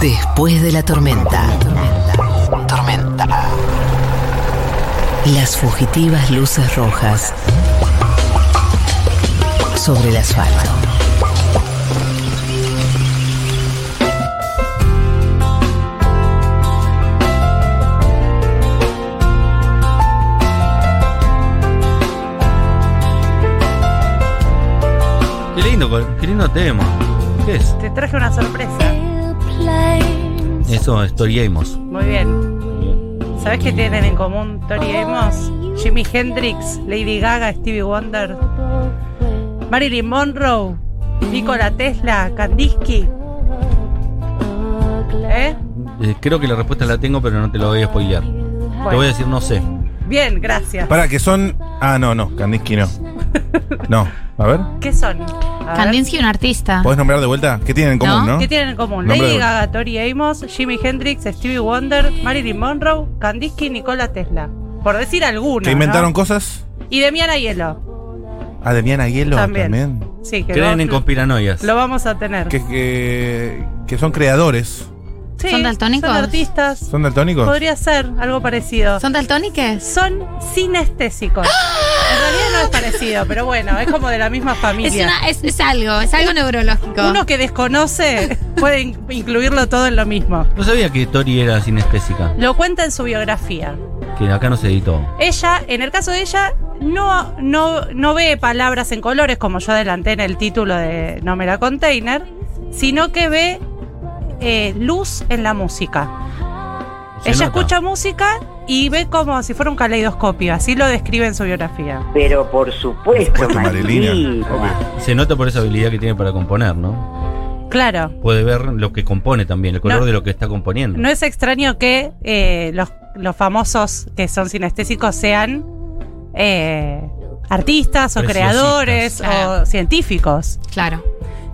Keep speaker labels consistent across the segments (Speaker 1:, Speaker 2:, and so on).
Speaker 1: Después de la tormenta. Tormenta. Tormenta. Las fugitivas luces rojas sobre el asfalto.
Speaker 2: Qué lindo, qué lindo tema. ¿Qué es?
Speaker 3: Te traje una sorpresa.
Speaker 2: Eso es Tori Amos.
Speaker 3: Muy bien. ¿Sabes qué tienen en común Tori Amos? Jimi Hendrix, Lady Gaga, Stevie Wonder, Marilyn Monroe, Nikola Tesla, Kandinsky. ¿Eh?
Speaker 2: Eh, creo que la respuesta la tengo, pero no te la voy a spoilear. Te
Speaker 3: Bueno.
Speaker 2: voy a decir no sé.
Speaker 3: Bien, gracias.
Speaker 4: Para que son. Ah, no, no, Kandinsky no. No, a ver.
Speaker 3: ¿Qué son? A ver.
Speaker 5: Kandinsky, un artista.
Speaker 2: Pues-
Speaker 4: ¿Podés nombrar de vuelta? ¿Qué tienen en común,
Speaker 5: No.
Speaker 4: no?
Speaker 3: ¿Qué tienen en común?
Speaker 4: Nombre
Speaker 3: Lady
Speaker 4: de-
Speaker 3: Gaga, Tori Amos, Jimi Hendrix, Stevie Wonder, Marilyn Monroe, Kandinsky, Nikola Tesla. Por decir alguno.
Speaker 4: ¿Que inventaron
Speaker 3: ¿no?
Speaker 4: cosas?
Speaker 3: Y Demiana Hielo.
Speaker 4: Ah, de Viana Hielo
Speaker 3: También.
Speaker 4: también.
Speaker 3: Sí, que
Speaker 2: Creen
Speaker 3: lo,
Speaker 2: en conspiranoias.
Speaker 3: lo vamos a tener.
Speaker 4: Que, que, que son creadores.
Speaker 3: Sí,
Speaker 5: ¿Son daltónicos?
Speaker 3: Son artistas.
Speaker 4: ¿Son daltónicos?
Speaker 3: Podría ser algo parecido.
Speaker 5: ¿Son daltónicas?
Speaker 3: Son sinestésicos. En realidad no es parecido, pero bueno, es como de la misma
Speaker 5: Es,
Speaker 3: familia.
Speaker 5: una- es, es algo, es algo neurológico.
Speaker 3: Uno que desconoce puede in- incluirlo todo en lo mismo.
Speaker 2: No sabía que Tori era sinestésica,
Speaker 3: Lo cuenta en su biografía.
Speaker 2: que acá no se editó.
Speaker 3: Ella, en el caso de ella, no, no, no ve palabras en colores, como yo adelanté en el título de No me la container, sino que ve eh, luz en la música.
Speaker 2: Se nota.
Speaker 3: ella escucha música y ve como si fuera un caleidoscopio, así lo describe en su biografía.
Speaker 6: Pero por supuesto,
Speaker 4: Puesto Marilina.
Speaker 6: Marilina.
Speaker 4: Obvio.
Speaker 2: Se nota por esa habilidad que tiene para componer, ¿no?
Speaker 3: Claro.
Speaker 2: Puede ver lo que compone también, el color
Speaker 3: No.
Speaker 2: de lo que está componiendo.
Speaker 3: No es extraño que eh, los, los famosos que son sinestésicos sean eh, artistas
Speaker 2: Preciosistas.
Speaker 3: o
Speaker 2: Ah.
Speaker 3: creadores
Speaker 5: Claro.
Speaker 3: o científicos.
Speaker 5: Claro.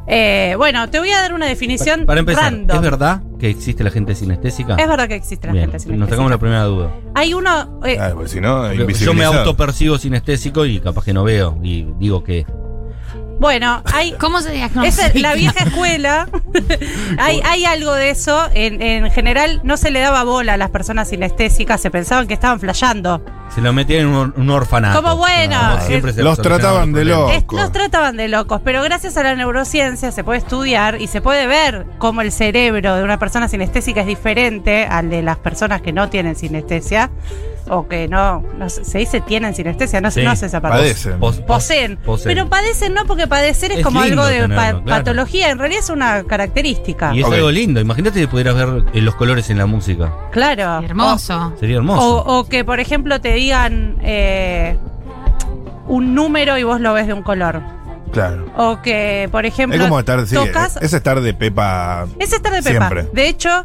Speaker 3: Eh, bueno, te voy a dar una definición
Speaker 2: para, para empezar,
Speaker 3: random.
Speaker 2: ¿es verdad que existe la gente sinestésica?
Speaker 3: Es verdad que existe la
Speaker 2: Bien,
Speaker 3: gente
Speaker 2: Nos
Speaker 3: sinestésica.
Speaker 2: sacamos la Ah. primera duda.
Speaker 3: Hay uno. eh,
Speaker 4: Claro, Ah, porque si no,
Speaker 2: Porque Yo me
Speaker 4: invisibilizado.
Speaker 2: autopercibo sinestésico y capaz que no veo y digo que
Speaker 3: bueno, hay.
Speaker 5: ¿Cómo se
Speaker 3: es
Speaker 5: diagnostica?
Speaker 3: la vieja escuela. hay, hay algo de eso. En, en general, no se le daba bola a las personas sinestésicas. Se pensaban que estaban flasheando.
Speaker 2: se lo metían en un, un orfanato.
Speaker 3: Como bueno,
Speaker 2: Ah,
Speaker 3: es-
Speaker 2: siempre se
Speaker 4: Los
Speaker 2: solucionaban
Speaker 4: trataban
Speaker 2: los
Speaker 4: de
Speaker 2: problemas.
Speaker 4: locos.
Speaker 3: Es- los trataban de locos, pero gracias a la neurociencia se puede estudiar y se puede ver cómo el cerebro de una persona sinestésica es diferente al de las personas que no tienen sinestesia o que no, no sé, se dice tienen sinestesia, no, sé-
Speaker 2: Sí,
Speaker 3: no sé esa palabra.
Speaker 4: Padecen.
Speaker 2: Pos- pos-
Speaker 3: Poseen.
Speaker 2: poseen.
Speaker 3: Pero padecen no, porque padecer es,
Speaker 2: Es
Speaker 3: como
Speaker 2: lindo
Speaker 3: algo de
Speaker 2: tenerlo,
Speaker 3: pa-
Speaker 2: claro.
Speaker 3: patología, en realidad es una característica.
Speaker 2: Y es
Speaker 4: Ok.
Speaker 2: algo lindo. Imagínate que pudieras ver eh, los colores en la música.
Speaker 3: Claro.
Speaker 5: Hermoso.
Speaker 2: Sería
Speaker 3: O,
Speaker 2: hermoso.
Speaker 3: o- o que, por ejemplo, te digan eh, un número y vos lo ves de un color.
Speaker 4: Claro.
Speaker 3: O que, por ejemplo,
Speaker 4: Es como estar, sí,
Speaker 3: tocas
Speaker 4: es estar de Pepa.
Speaker 3: Es estar de Pepa.
Speaker 4: Siempre.
Speaker 3: De hecho,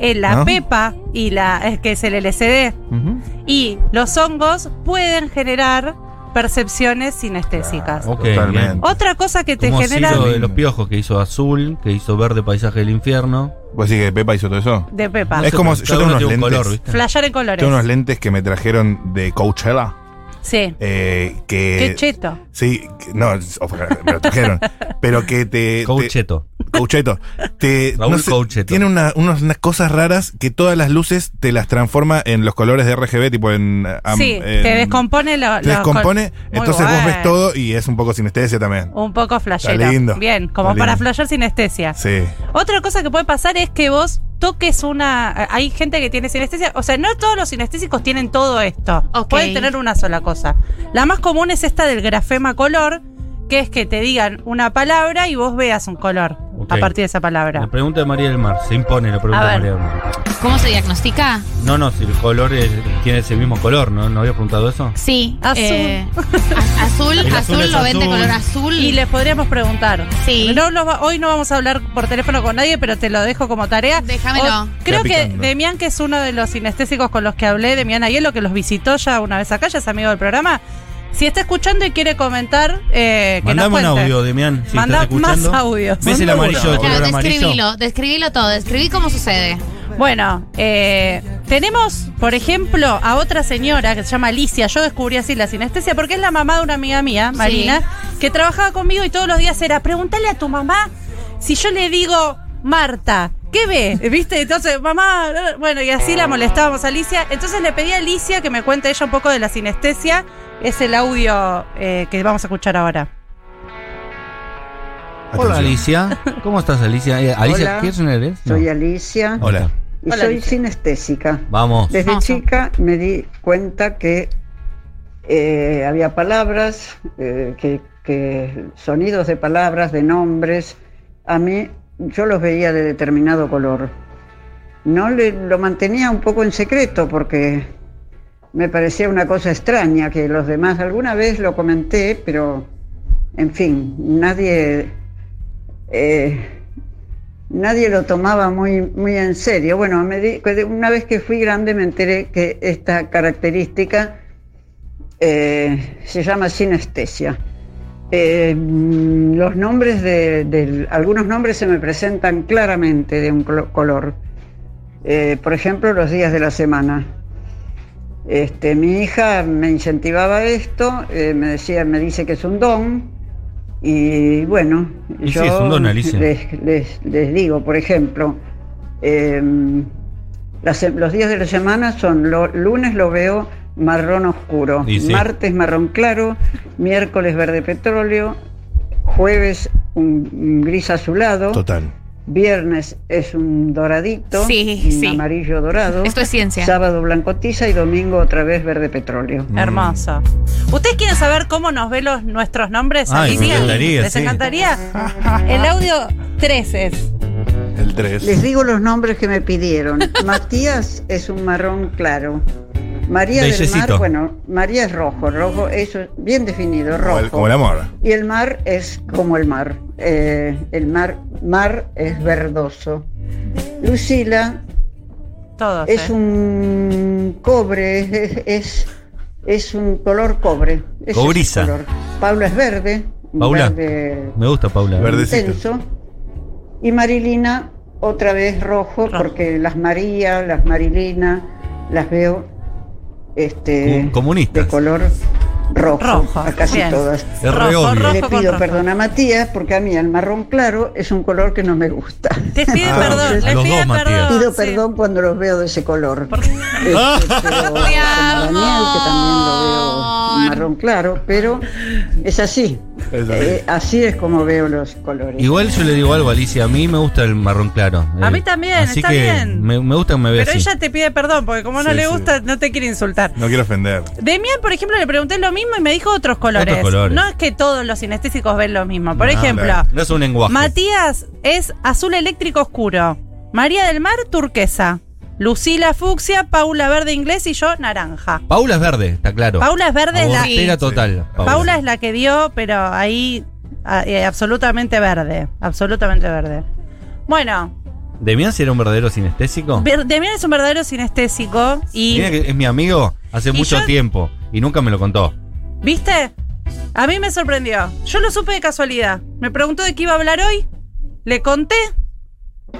Speaker 3: eh, la
Speaker 4: ¿No?
Speaker 3: Pepa y la es que es el LCD
Speaker 4: Ujú.
Speaker 3: y los hongos pueden generar percepciones sinestésicas.
Speaker 2: Ok, bien.
Speaker 4: Totalmente.
Speaker 3: Otra cosa que te
Speaker 2: Como
Speaker 3: genera
Speaker 2: Ciro de
Speaker 4: Lindo.
Speaker 2: los piojos que hizo azul, que hizo verde paisaje del infierno.
Speaker 4: ¿Vos decís que Pepa hizo todo eso?
Speaker 3: de Pepa,
Speaker 4: Es como-
Speaker 2: Cada
Speaker 4: yo tengo
Speaker 2: uno
Speaker 4: unos
Speaker 2: tiene un
Speaker 4: lentes.
Speaker 2: color, ¿viste?
Speaker 3: flashear en colores.
Speaker 4: Tengo unos lentes que me trajeron de Coachella.
Speaker 3: sí.
Speaker 4: eh,
Speaker 3: Qué
Speaker 4: que.
Speaker 3: cheto.
Speaker 4: Sí, que- no, es- o- me lo trajeron. pero que te. te-
Speaker 2: Coucheto.
Speaker 4: Coucheto. Te,
Speaker 2: Raúl
Speaker 4: sé,
Speaker 2: Coucheto.
Speaker 4: Tiene una- unas, unas cosas raras que todas las luces te las transforma en los colores de RGB, tipo en. eh, am-
Speaker 3: sí,
Speaker 4: en-
Speaker 3: te descompone lo,
Speaker 4: Te
Speaker 3: los
Speaker 4: descompone,
Speaker 3: col- Muy
Speaker 4: entonces vos ves
Speaker 3: bueno.
Speaker 4: todo y es un poco sinestesia también.
Speaker 3: Un poco flashero.
Speaker 4: lindo.
Speaker 3: Bien, como
Speaker 4: Está
Speaker 3: para
Speaker 4: lindo.
Speaker 3: flashear sinestesia.
Speaker 4: Sí.
Speaker 3: Otra cosa que puede pasar es que vos toques una. Hay gente que tiene sinestesia. O sea, no todos los sinestésicos tienen todo esto.
Speaker 5: Ok.
Speaker 3: Pueden tener una sola cosa. La más común es esta del grafema color, que es que te digan una palabra y vos veas un color
Speaker 2: Ok.
Speaker 3: a partir de esa
Speaker 2: La
Speaker 3: palabra.
Speaker 2: pregunta de María del Mar. Se impone la pregunta
Speaker 3: A
Speaker 2: de
Speaker 3: ver.
Speaker 2: María del Mar.
Speaker 5: ¿Cómo se diagnostica?
Speaker 2: No, no, si el color es- tiene ese mismo color, ¿no? ¿No había preguntado eso?
Speaker 5: Sí.
Speaker 3: Azul.
Speaker 5: Eh, a- azul,
Speaker 2: El
Speaker 5: azul,
Speaker 2: azul es
Speaker 5: lo ven de
Speaker 2: azul.
Speaker 5: color azul.
Speaker 3: Y les podríamos preguntar.
Speaker 5: Sí.
Speaker 3: No los va- hoy no vamos a hablar por teléfono con nadie, pero te lo dejo como tarea.
Speaker 5: Déjamelo.
Speaker 3: O- creo
Speaker 4: Está
Speaker 3: que
Speaker 4: picando.
Speaker 3: Demián, que es uno de los sinestésicos con los que hablé, Demián Ayelo, que los visitó ya una vez acá, ya es amigo del programa. Si está escuchando y quiere comentar, eh, que
Speaker 2: Mandame
Speaker 3: nos
Speaker 2: un
Speaker 3: cuente.
Speaker 2: audio, Demián. Si
Speaker 3: Mandá
Speaker 2: estás escuchando.
Speaker 3: más audios.
Speaker 2: ¿Ves el
Speaker 4: Mandá
Speaker 2: amarillo de
Speaker 4: uno.
Speaker 2: color
Speaker 5: Claro,
Speaker 2: amarillo?
Speaker 5: describilo, describilo todo, describí cómo sucede.
Speaker 3: Bueno, eh, tenemos, por ejemplo, a otra señora que se llama Alicia. Yo descubrí así la sinestesia porque es la mamá de una amiga mía,
Speaker 5: Sí.
Speaker 3: Marina, que trabajaba conmigo y todos los días era, pregúntale a tu mamá si yo le digo Marta ¿Qué ve? ¿Viste? Entonces, mamá, eh, bueno, y así la molestábamos a Alicia. Entonces le pedí a Alicia que me cuente ella un poco de la sinestesia. Es el audio eh, que vamos a escuchar ahora.
Speaker 2: Hola
Speaker 4: Atención.
Speaker 2: Alicia. ¿Cómo estás Alicia? Eh, Alicia,
Speaker 6: Hola.
Speaker 2: ¿quién eres? No.
Speaker 6: Soy Alicia
Speaker 4: Hola.
Speaker 6: y
Speaker 3: Hola,
Speaker 6: soy
Speaker 3: Alicia.
Speaker 6: sinestésica.
Speaker 2: Vamos.
Speaker 6: Desde
Speaker 5: Ajá.
Speaker 6: chica me di cuenta que eh, había palabras, eh, que, que sonidos de palabras, de nombres. A mí yo los veía de determinado color. No le- lo mantenía un poco en secreto porque me parecía una cosa extraña que los demás alguna vez lo comenté, pero en fin, nadie eh, nadie lo tomaba muy, muy en serio. Bueno, me di- que de- una vez que fui grande me enteré que esta característica eh, se llama sinestesia. Eh, mm, los nombres de, del- algunos nombres se me presentan claramente de un colo- color. Eh, por ejemplo, los días de la semana. Este, mi hija me incentivaba esto, eh, me decía, me dice que es un don. Y bueno,
Speaker 2: Y sí, es un don, Alicia.
Speaker 6: les, les- les digo, por ejemplo, eh, las se- los días de la semana son lo- lunes lo veo marrón oscuro,
Speaker 2: Y sí.
Speaker 6: martes marrón claro, miércoles verde petróleo, jueves un, un gris azulado,
Speaker 4: Total.
Speaker 6: viernes es un doradito,
Speaker 5: Sí,
Speaker 6: un
Speaker 5: sí.
Speaker 6: amarillo dorado.
Speaker 5: Esto es ciencia.
Speaker 6: Sábado blanco tiza y domingo otra vez verde petróleo.
Speaker 2: Mm.
Speaker 3: Hermoso. ¿Ustedes quieren saber cómo nos ve los, nuestros nombres?
Speaker 2: Ay, me
Speaker 3: Alicia?
Speaker 2: encantaría,
Speaker 3: ¿Les
Speaker 2: sí.
Speaker 3: encantaría? El audio 3 es.
Speaker 4: El 3.
Speaker 6: Les digo los nombres que me pidieron. Matías es un marrón claro. María
Speaker 2: De
Speaker 6: del
Speaker 2: Yesito.
Speaker 6: Mar, bueno, María es rojo, rojo, eso es bien definido,
Speaker 4: Como el,
Speaker 6: rojo.
Speaker 4: como el amor.
Speaker 6: Y el mar es como el mar. eh, el mar, mar es verdoso. Lucila
Speaker 3: Todos.
Speaker 6: es
Speaker 3: eh.
Speaker 6: un cobre, es, es, es un color cobre. ese es el
Speaker 2: Cobriza.
Speaker 6: color. Paula es verde. un
Speaker 2: Paula.
Speaker 6: verde
Speaker 2: Me gusta Paula.
Speaker 4: Verde. Verdecito.
Speaker 6: intenso. Y Marilina, otra vez rojo,
Speaker 3: Rojo.
Speaker 6: porque las María, las Marilina, las veo este,
Speaker 2: Com- comunistas.
Speaker 6: de color rojo,
Speaker 3: Rojo,
Speaker 6: a casi
Speaker 3: bien.
Speaker 6: todas.
Speaker 2: Es re
Speaker 3: Rojo,
Speaker 2: obvio.
Speaker 3: rojo.
Speaker 6: Le
Speaker 3: con
Speaker 6: pido perdón a Matías porque a mí el marrón claro es un color que no me gusta.
Speaker 3: Te pide
Speaker 4: Ah,
Speaker 3: perdón.
Speaker 6: a
Speaker 3: Les
Speaker 2: los
Speaker 3: pide
Speaker 2: dos, Matías.
Speaker 3: perdón.
Speaker 6: Pido
Speaker 3: sí.
Speaker 6: perdón cuando los veo de ese color.
Speaker 3: Porque-
Speaker 6: Este, pero como Daniel, que también lo veo marrón claro, pero es así.
Speaker 4: Es así.
Speaker 6: Eh, así es como veo los colores.
Speaker 2: Igual yo le digo algo, Alicia. A mí me gusta el marrón claro.
Speaker 3: A
Speaker 2: Eh,
Speaker 3: mí también,
Speaker 2: así
Speaker 3: está
Speaker 2: que
Speaker 3: bien.
Speaker 2: Me, me gusta que me vea
Speaker 3: Pero
Speaker 2: así.
Speaker 3: ella te pide perdón porque como no
Speaker 4: Sí,
Speaker 3: le
Speaker 4: sí.
Speaker 3: gusta, no te quiere insultar.
Speaker 4: No quiero ofender.
Speaker 3: Demian, por ejemplo, le pregunté lo mismo y me dijo otros colores.
Speaker 2: Otros colores.
Speaker 3: No es que todos los sinestésicos ven lo mismo. Por
Speaker 2: No,
Speaker 3: ejemplo,
Speaker 4: claro.
Speaker 2: Ah, No es un lenguaje.
Speaker 3: Matías es azul eléctrico oscuro. María del Mar, turquesa. Lucila, fucsia. Paula, verde inglés. Y yo, naranja.
Speaker 2: Paula es verde, está claro.
Speaker 3: Paula es verde, es la-
Speaker 2: Abortera total.
Speaker 4: Sí.
Speaker 3: Paula. es la que dio, pero ahí a- eh, absolutamente verde. Absolutamente verde. Bueno,
Speaker 2: ¿Demián será un verdadero sinestésico?
Speaker 3: Ver- Demián es un verdadero sinestésico y.
Speaker 2: Mira que es mi amigo hace
Speaker 3: Y
Speaker 2: mucho
Speaker 3: yo-
Speaker 2: tiempo y nunca me lo contó.
Speaker 3: ¿Viste? A mí me sorprendió. Yo lo supe de casualidad. Me preguntó de qué iba a hablar hoy. Le conté.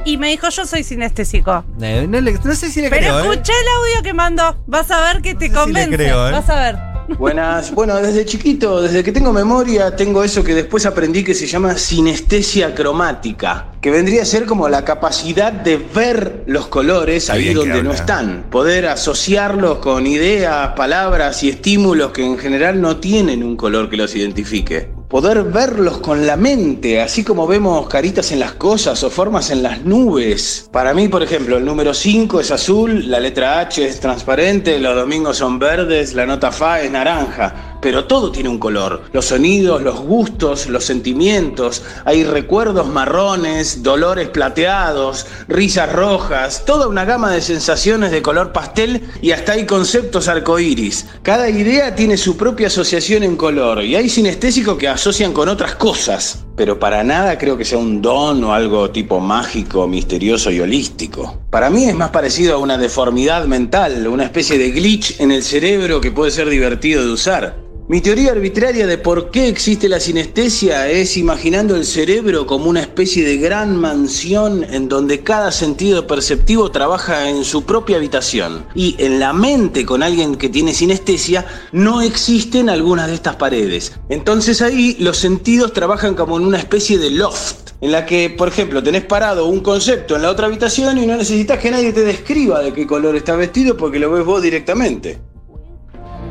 Speaker 3: Y me dijo, yo soy sinestésico.
Speaker 2: Eh, no, le- no sé si le
Speaker 3: Pero
Speaker 2: creo, ¿eh?
Speaker 3: escuché el audio que mandó. Vas a ver que
Speaker 2: sé
Speaker 3: te
Speaker 2: si le
Speaker 3: convence.
Speaker 2: creo, ¿eh?
Speaker 3: Vas a ver.
Speaker 7: Buenas. Bueno, desde chiquito, desde que tengo memoria, tengo eso que después aprendí que se llama sinestesia cromática, que vendría a ser como la capacidad de ver los colores ahí
Speaker 4: bien que
Speaker 7: donde no
Speaker 4: habla.
Speaker 7: están, poder asociarlos con ideas, palabras y estímulos que en general no tienen un color que los identifique. Poder verlos con la mente, así como vemos caritas en las cosas o formas en las nubes. Para mí, por ejemplo, el número 5 es azul, la letra H es transparente, los domingos son verdes, la nota Fa es naranja. Pero todo tiene un color. Los sonidos, los gustos, los sentimientos. Hay recuerdos marrones, dolores plateados, risas rojas, toda una gama de sensaciones de color pastel y hasta hay conceptos arcoíris. Cada idea tiene su propia asociación en color y hay sinestésicos que asocian con otras cosas. Pero para nada creo que sea un don o algo tipo mágico, misterioso y holístico. Para mí es más parecido a una deformidad mental, una especie de glitch en el cerebro que puede ser divertido de usar. Mi teoría arbitraria de por qué existe la sinestesia es imaginando el cerebro como una especie de gran mansión en donde cada sentido perceptivo trabaja en su propia habitación. Y en la mente con alguien que tiene sinestesia no existen algunas de estas paredes. Entonces ahí los sentidos trabajan como en una especie de loft en la que, por ejemplo, tenés parado un concepto en la otra habitación y no necesitas que nadie te describa de qué color está vestido porque lo ves vos directamente.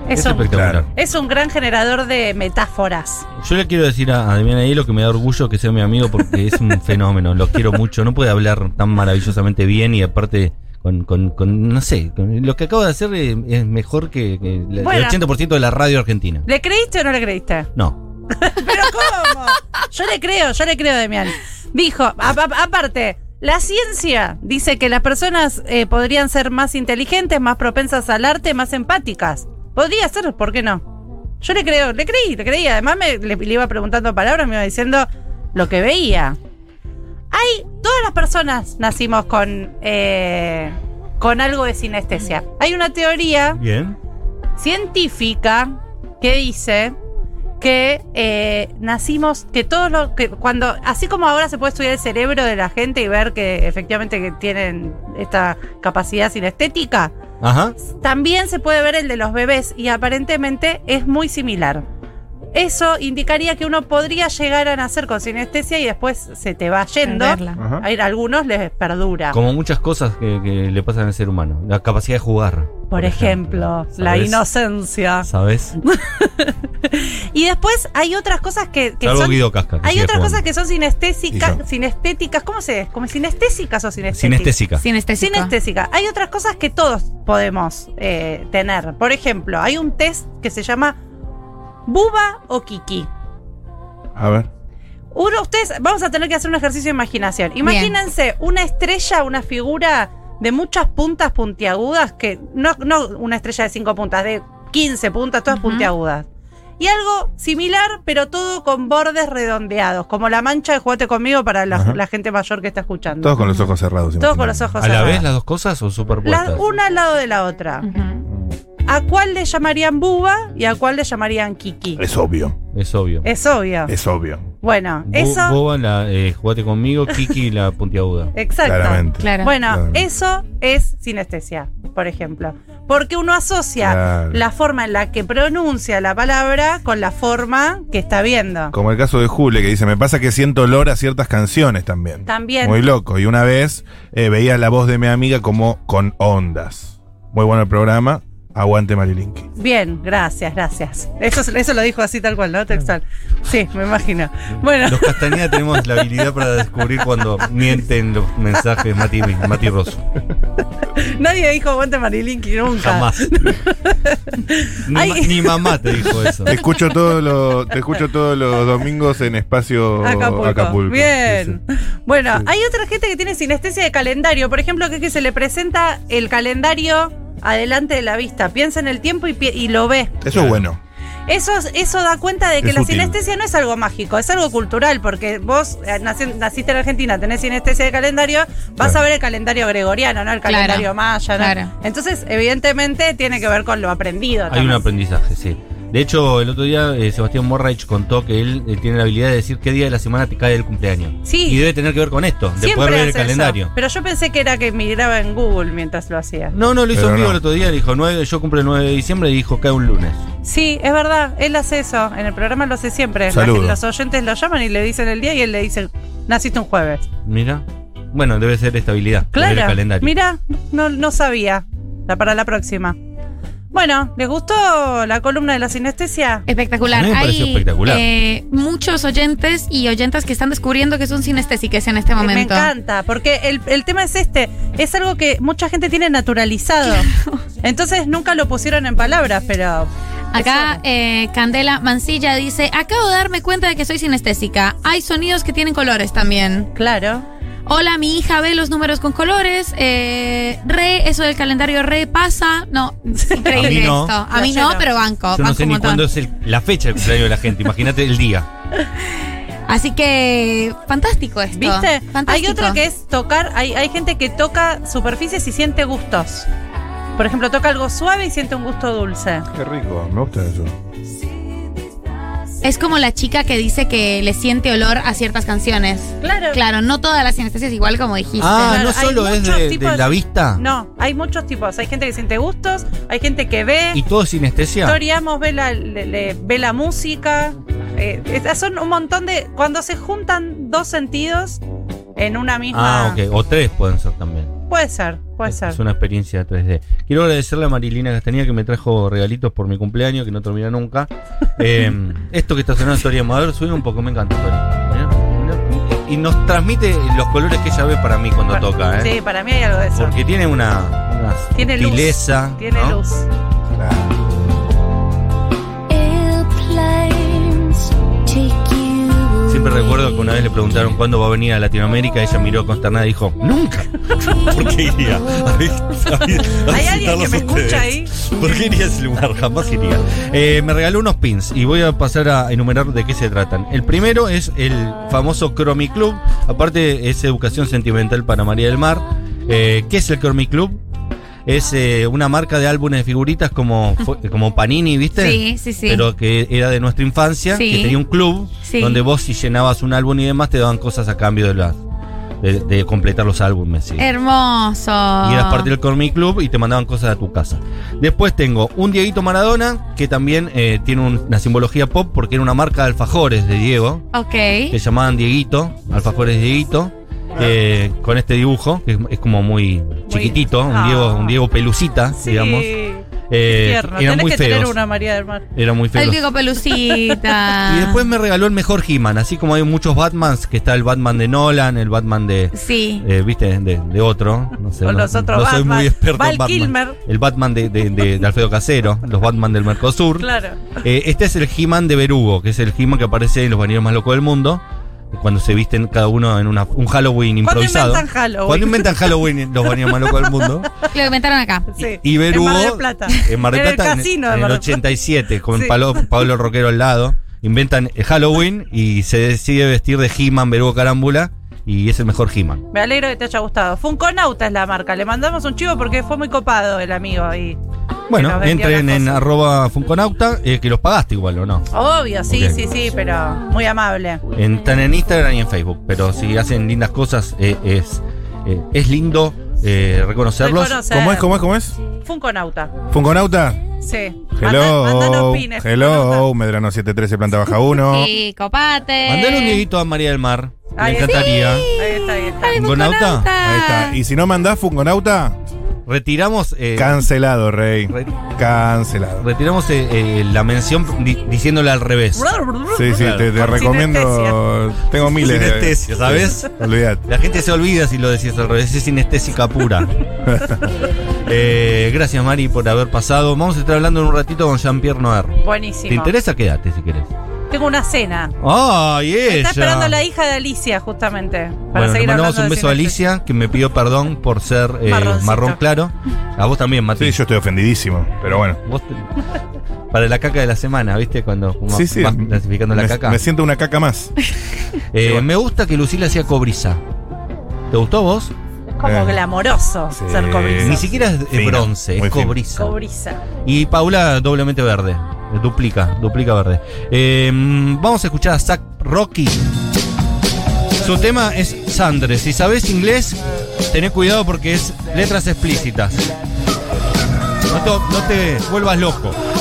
Speaker 3: Es
Speaker 2: Es
Speaker 3: un,
Speaker 2: espectacular.
Speaker 4: Claro.
Speaker 3: es un gran generador de metáforas.
Speaker 2: Yo le quiero decir a Damián ahí lo que me da orgullo que sea mi amigo porque es un fenómeno, lo quiero mucho, no puede hablar tan maravillosamente bien y aparte con, con, con- no sé, con- lo que acabo de hacer eh, es, mejor que, que la-
Speaker 3: Bueno.
Speaker 2: el 80% de la radio argentina.
Speaker 3: ¿Le creíste o no le creíste?
Speaker 2: No,
Speaker 3: ¿Pero cómo? Yo le creo, yo le creo, Demian. Dijo, a- a- aparte, la ciencia dice que las personas eh, podrían ser más inteligentes, más propensas al arte, más empáticas. Podría ser, ¿por qué no? Yo le creo, le creí, le creí. Además me, le, le iba preguntando palabras, me iba diciendo lo que veía. Hay, todas las personas nacimos con, eh, con algo de sinestesia. Hay una teoría
Speaker 2: bien.
Speaker 3: científica que dice que eh, nacimos, que todos los que cuando, así como ahora se puede estudiar el cerebro de la gente y ver que efectivamente que tienen esta capacidad sinestética,
Speaker 2: Ajá.
Speaker 3: también se puede ver el de los bebés y aparentemente es muy similar. Eso indicaría que uno podría llegar a nacer con sinestesia y después se te va yendo.
Speaker 5: Entenderla.
Speaker 4: Ajá.
Speaker 3: A ir- a algunos les perdura.
Speaker 2: Como muchas cosas que, que le pasan al ser humano. La capacidad de jugar.
Speaker 3: Por ejemplo, la
Speaker 2: ¿Sabes?
Speaker 3: inocencia.
Speaker 2: ¿Sabes?
Speaker 3: Y después hay otras cras que, que
Speaker 2: Salvo
Speaker 3: son
Speaker 2: Guido Casca. que
Speaker 3: Hay
Speaker 2: sigue
Speaker 3: otras
Speaker 2: jugando.
Speaker 3: cosas que son
Speaker 4: Y yo.
Speaker 3: sinestésicas, sinestéticas, ¿cómo se ¿Como sinestésicas o sinestésicas?
Speaker 2: Sinestésica.
Speaker 5: Sinestésico.
Speaker 3: Sinestésicas. Hay otras cosas que todos podemos eh, tener. Por ejemplo, hay un test que se llama Buba o Kiki.
Speaker 4: A ver.
Speaker 3: Uno, ustedes, vamos a tener que hacer un ejercicio de imaginación. Imagínense una estrella, una figura de muchas puntas puntiagudas, que no, no una estrella de cinco puntas, de 15 puntas, todas
Speaker 5: Ujú.
Speaker 3: puntiagudas. Y algo similar, pero todo con bordes redondeados, como la mancha de juguete conmigo para la,
Speaker 4: Ajá.
Speaker 3: la gente mayor que está escuchando.
Speaker 4: Todos con los ojos cerrados.
Speaker 3: Todos con
Speaker 4: imagínate.
Speaker 3: los ojos
Speaker 2: ¿A la
Speaker 3: cerrados.
Speaker 2: vez las dos cosas o superpuestas?
Speaker 3: La- una al lado de la otra.
Speaker 5: Ujú.
Speaker 3: ¿A cuál le llamarían Buba y a cuál le llamarían Kiki?
Speaker 4: Es obvio.
Speaker 2: Es obvio.
Speaker 3: Es obvio.
Speaker 4: Es obvio.
Speaker 3: Bueno,
Speaker 2: Bo-
Speaker 3: eso.
Speaker 2: Boba, la, eh, jugate conmigo, Kiki, la puntiaguda.
Speaker 3: Exacto.
Speaker 4: Claramente.
Speaker 5: Claro.
Speaker 3: Bueno,
Speaker 4: Claramente.
Speaker 3: eso es sinestesia, por ejemplo. Porque uno asocia
Speaker 4: Claro.
Speaker 3: la forma en la que pronuncia la palabra con la forma que está viendo.
Speaker 4: Como el caso de Jule, que dice, me pasa que siento olor a ciertas canciones también.
Speaker 3: También.
Speaker 4: Muy loco. Y una vez eh, veía la voz de mi amiga como con ondas. Muy bueno el programa. Aguante Marilinki.
Speaker 3: Bien, gracias, gracias. Eso, es- eso lo dijo así tal cual, ¿no? Textual. Sí, me imagino. Bueno,
Speaker 2: Los Castañeda tenemos la habilidad para descubrir cuando mienten los mensajes Mati, Mati Rosso.
Speaker 3: nadie dijo aguante Marilinki nunca.
Speaker 2: Jamás. Ni,
Speaker 3: Ay.
Speaker 2: ma- ni mamá te dijo eso.
Speaker 4: Te escucho, todos los te escucho todos los domingos en Espacio
Speaker 3: Acapulco.
Speaker 4: Acapulco.
Speaker 3: Bien.
Speaker 4: Sí, sí.
Speaker 3: Bueno,
Speaker 4: Sí.
Speaker 3: hay otra gente que tiene sinestesia de calendario. Por ejemplo, que es que se le presenta el calendario adelante de la vista. Piensa en el tiempo y, pi- y lo ve.
Speaker 4: Eso es bueno.
Speaker 3: Eso, es- eso da cuenta de que
Speaker 4: Es
Speaker 3: la
Speaker 4: útil.
Speaker 3: sinestesia no es algo mágico, es algo cultural, porque vos eh, nací- naciste en Argentina, tenés sinestesia de calendario, vas
Speaker 4: Claro.
Speaker 3: a ver el calendario gregoriano, no el
Speaker 5: Claro.
Speaker 3: calendario maya. ¿no?
Speaker 5: Claro.
Speaker 3: Entonces, evidentemente, tiene que ver con lo aprendido.
Speaker 2: Hay un
Speaker 3: también.
Speaker 2: aprendizaje, sí. De hecho, el otro día eh, Sebastián Morraich contó que él eh, tiene la habilidad de decir qué día de la semana te cae el cumpleaños.
Speaker 3: Sí.
Speaker 2: Y debe tener que ver con esto, de
Speaker 3: Siempre
Speaker 2: poder ver el
Speaker 3: hace eso.
Speaker 2: calendario.
Speaker 3: Pero yo pensé que era que migraba en Google mientras lo hacía.
Speaker 2: No, no, lo hizo
Speaker 4: Pero
Speaker 2: en vivo
Speaker 4: no.
Speaker 2: el otro día, le dijo, "Nueve- yo cumplo el 9 de diciembre y dijo, cae un lunes.
Speaker 3: Sí, es verdad, él hace eso, en el programa lo hace siempre. La
Speaker 4: Saludo.
Speaker 3: gente- los oyentes lo llaman y le dicen el día y él le dice, naciste un jueves.
Speaker 2: Mira. Bueno, debe ser estabilidad.
Speaker 3: Claro,
Speaker 2: El calendario.
Speaker 3: mira, no, no sabía, La- para la próxima. Bueno, ¿les gustó la columna de la sinestesia?
Speaker 5: Espectacular.
Speaker 2: A mí me
Speaker 5: Hay
Speaker 2: pareció espectacular.
Speaker 5: eh, muchos oyentes y oyentas que están descubriendo que son sinestésicas en este
Speaker 3: Que Me
Speaker 5: momento.
Speaker 3: encanta, porque el, el tema es este, es algo que mucha gente tiene naturalizado. Entonces nunca lo pusieron en palabras, pero...
Speaker 5: Acá eh, Candela Mancilla dice, acabo de darme cuenta de que soy sinestésica. Hay sonidos que tienen colores también.
Speaker 3: Claro.
Speaker 5: Hola, mi hija ve los números con colores. Eh, re, eso del calendario re pasa. No, es increíble
Speaker 2: A mí no.
Speaker 5: esto. A mí no,
Speaker 3: Flashero.
Speaker 5: pero banco.
Speaker 2: Yo
Speaker 5: banco
Speaker 2: no sé
Speaker 5: un
Speaker 2: ni
Speaker 5: montón.
Speaker 2: cuándo es el- la fecha del cumpleaños de la gente, imagínate el día.
Speaker 5: Así que fantástico esto.
Speaker 3: ¿Viste? Hay
Speaker 5: Fantástico.
Speaker 3: otra que es tocar, hay, hay gente que toca superficies y siente gustos. Por ejemplo, toca algo suave y siente un gusto dulce.
Speaker 4: Qué rico. Me gusta eso.
Speaker 5: Es como la chica que dice que le siente olor a ciertas canciones.
Speaker 3: Claro.
Speaker 5: Claro, no todas las sinestesias igual como dijiste.
Speaker 2: Ah,
Speaker 3: Claro,
Speaker 2: no
Speaker 3: hay
Speaker 2: solo es
Speaker 3: muchos
Speaker 2: de,
Speaker 3: tipos
Speaker 2: de la
Speaker 3: de-
Speaker 2: vista.
Speaker 3: No, hay muchos tipos. Hay gente que siente gustos, hay gente que ve.
Speaker 2: ¿Y todo es sinestesia?
Speaker 3: Tori Amos ve la, le- le- ve la música. eh, es- son un montón de. Cuando se juntan dos sentidos en una
Speaker 2: Ah,
Speaker 3: misma.
Speaker 2: ok. O tres pueden ser también.
Speaker 3: Puede ser, puede
Speaker 2: Es-
Speaker 3: ser.
Speaker 2: Es una experiencia 3D. Quiero agradecerle a Marilina Castañeda que me trajo regalitos por mi cumpleaños, que no termina nunca. Eh, esto que está sonando Tori Amador, suena un poco, me encanta Tori. Mirá, mirá. Y nos transmite los colores que ella ve para mí cuando
Speaker 3: Pa-
Speaker 2: toca, ¿eh?
Speaker 3: Sí, para mí hay algo de eso.
Speaker 2: Porque tiene una, una
Speaker 3: tiene luz.
Speaker 2: sutileza,
Speaker 3: Tiene
Speaker 2: ¿no?
Speaker 3: luz.
Speaker 4: Claro.
Speaker 2: Siempre recuerdo que una vez le preguntaron cuándo va a venir a Latinoamérica, ella miró consternada y dijo, ¡Nunca!
Speaker 8: ¿Por qué iría? A vi- a vi- a
Speaker 3: ¿Hay alguien que
Speaker 8: visitarlos
Speaker 3: me
Speaker 8: ustedes?
Speaker 3: escucha ahí?
Speaker 2: ¿Por qué iría a ese lugar? Jamás iría. Eh, me regaló unos pins y voy a pasar a enumerar de qué se tratan. El primero es el famoso Cromi Club. Aparte, es educación sentimental para María del Mar. Eh, ¿Qué es el Cromi Club? Es eh, una marca de álbumes de figuritas como, fue- como Panini, ¿viste?
Speaker 5: Sí, sí, sí.
Speaker 2: Pero que era de nuestra infancia,
Speaker 5: Sí.
Speaker 2: que tenía un club
Speaker 5: Sí.
Speaker 2: donde vos si llenabas un álbum y demás te daban cosas a cambio de las de, de completar los álbumes. sí.
Speaker 5: Hermoso.
Speaker 2: Y eras parte del Cormi Club y te mandaban cosas a tu casa. Después tengo un Dieguito Maradona, que también eh, tiene un- una simbología pop porque era una marca de alfajores de Diego, que
Speaker 5: Ok.
Speaker 2: llamaban Dieguito, alfajores Dieguito,
Speaker 3: Ah.
Speaker 2: eh, con este dibujo, que es, es como muy chiquitito, un
Speaker 3: ah.
Speaker 2: Diego, un Diego pelucita,
Speaker 3: Sí.
Speaker 2: digamos. Eh,
Speaker 3: Tierno.
Speaker 2: eran
Speaker 3: Tenés
Speaker 2: muy
Speaker 3: que tener
Speaker 2: feos.
Speaker 3: una María del Mar.
Speaker 2: Eran muy
Speaker 5: El
Speaker 2: feos.
Speaker 5: Diego Pelucita.
Speaker 3: Ah.
Speaker 2: Y después me regaló el mejor He-Man, así como hay muchos Batmans, que está el Batman de Nolan, el Batman de,
Speaker 5: Sí.
Speaker 2: eh, ¿Viste? De, de otro. No sé,
Speaker 3: Con
Speaker 2: no-
Speaker 3: los otros
Speaker 2: no soy
Speaker 3: Batman.
Speaker 2: muy experto
Speaker 3: Val
Speaker 2: en Batman.
Speaker 3: Kilmer.
Speaker 2: El Batman de, de- de- de Alfredo Casero, los Batman del Mercosur.
Speaker 3: Claro.
Speaker 2: Eh, este es el He-Man de Berugo, que es el He-Man que aparece en los bañeros más locos del mundo. Cuando se visten cada uno en una, un Halloween
Speaker 3: ¿Cuándo
Speaker 2: improvisado.
Speaker 3: inventan Halloween?
Speaker 2: Cuando inventan Halloween en los bañeros más locos del mundo.
Speaker 5: Lo inventaron acá.
Speaker 3: Sí.
Speaker 2: Y Berugo.
Speaker 3: En Mar del Plata.
Speaker 2: En Mar del
Speaker 3: En el
Speaker 2: Plata, en-
Speaker 3: casino de
Speaker 2: en
Speaker 3: Mar
Speaker 2: el
Speaker 3: del Plata.
Speaker 2: 87, con
Speaker 3: Sí.
Speaker 2: Pablo, Pablo Roquero al lado. Inventan el Halloween y se decide vestir de He-Man, Berugo Carámbula. Y es el mejor He-Man.
Speaker 3: Me alegro que te haya gustado. Funconauta es la marca. Le mandamos un chivo porque fue muy copado el amigo y
Speaker 2: Bueno,
Speaker 3: nos vendió
Speaker 2: entren
Speaker 3: las
Speaker 2: en
Speaker 3: cosas.
Speaker 2: arroba Funconauta, eh, que los pagaste igual, ¿o no?
Speaker 3: Obvio, sí,
Speaker 2: Ok.
Speaker 3: sí, sí, pero muy amable.
Speaker 2: En- Están en Instagram y en Facebook, pero si hacen lindas cosas, eh, es, eh, es lindo eh, reconocerlos.
Speaker 3: Reconocer.
Speaker 4: ¿Cómo es? ¿Cómo es? ¿Cómo es?
Speaker 3: Funconauta.
Speaker 4: ¿Funconauta?
Speaker 3: Sí.
Speaker 4: Hello.
Speaker 3: Mandanos pines.
Speaker 4: hello.
Speaker 3: Funconauta.
Speaker 4: Medrano 713, planta baja 1.
Speaker 5: Sí, copate.
Speaker 2: Mandale un dieguito a María del Mar, que
Speaker 3: Ay,
Speaker 2: le encantaría.
Speaker 3: Ahí está, ahí está.
Speaker 5: Ay,
Speaker 2: ¿Gonauta?
Speaker 5: Gonauta.
Speaker 4: Ahí está. Y si no mandás Fungonauta,
Speaker 2: Retiramos, eh,
Speaker 4: cancelado, rey.
Speaker 2: re-
Speaker 4: Cancelado.
Speaker 2: retiramos eh, eh, la mención di- diciéndola al revés.
Speaker 4: Sí, sí,
Speaker 2: Claro.
Speaker 4: te, te
Speaker 3: Por
Speaker 4: recomiendo. Tengo miles de.
Speaker 2: Sinestesia, ¿sabes?
Speaker 4: Sí, Olvídate.
Speaker 2: La gente se olvida si lo decís al revés, es sinestésica pura. Eh, gracias Mari por haber pasado. Vamos a estar hablando en un ratito con Jean-Pierre Noir.
Speaker 3: Buenísimo.
Speaker 2: ¿Te interesa? Quédate si querés.
Speaker 3: Tengo una cena.
Speaker 2: ¡Ay,
Speaker 3: Me
Speaker 2: ella!
Speaker 3: está esperando la hija de Alicia, justamente. Para
Speaker 2: Bueno, le
Speaker 3: seguir
Speaker 2: mandamos
Speaker 3: hablando
Speaker 2: un
Speaker 3: de
Speaker 2: beso a
Speaker 3: cine.
Speaker 2: Alicia, que me pidió perdón por ser eh,
Speaker 3: Marroncito.
Speaker 2: marrón claro. A vos también, Mati.
Speaker 4: Sí, yo estoy ofendidísimo, pero bueno.
Speaker 2: Vos te- Para la caca de la semana, ¿viste? Cuando como
Speaker 4: Sí, sí.
Speaker 2: vas clasificando
Speaker 4: me,
Speaker 2: la caca.
Speaker 4: me siento una caca más.
Speaker 2: Eh, me gusta que Lucila sea cobriza. ¿Te gustó a vos?
Speaker 3: Es como
Speaker 4: Eh.
Speaker 3: glamoroso
Speaker 4: Sí.
Speaker 3: ser cobriza.
Speaker 2: Ni siquiera es de
Speaker 4: Fino,
Speaker 2: bronce,
Speaker 4: muy
Speaker 2: es
Speaker 4: fino.
Speaker 2: cobriza.
Speaker 3: Cobriza.
Speaker 2: Y Paula doblemente verde. Eh, Duplica, duplica verde. Eh, mm, vamos a escuchar a Zack Rocky. Su tema es Sandre. Si sabes inglés, tené cuidado porque es letras explícitas. No te, no te vuelvas loco.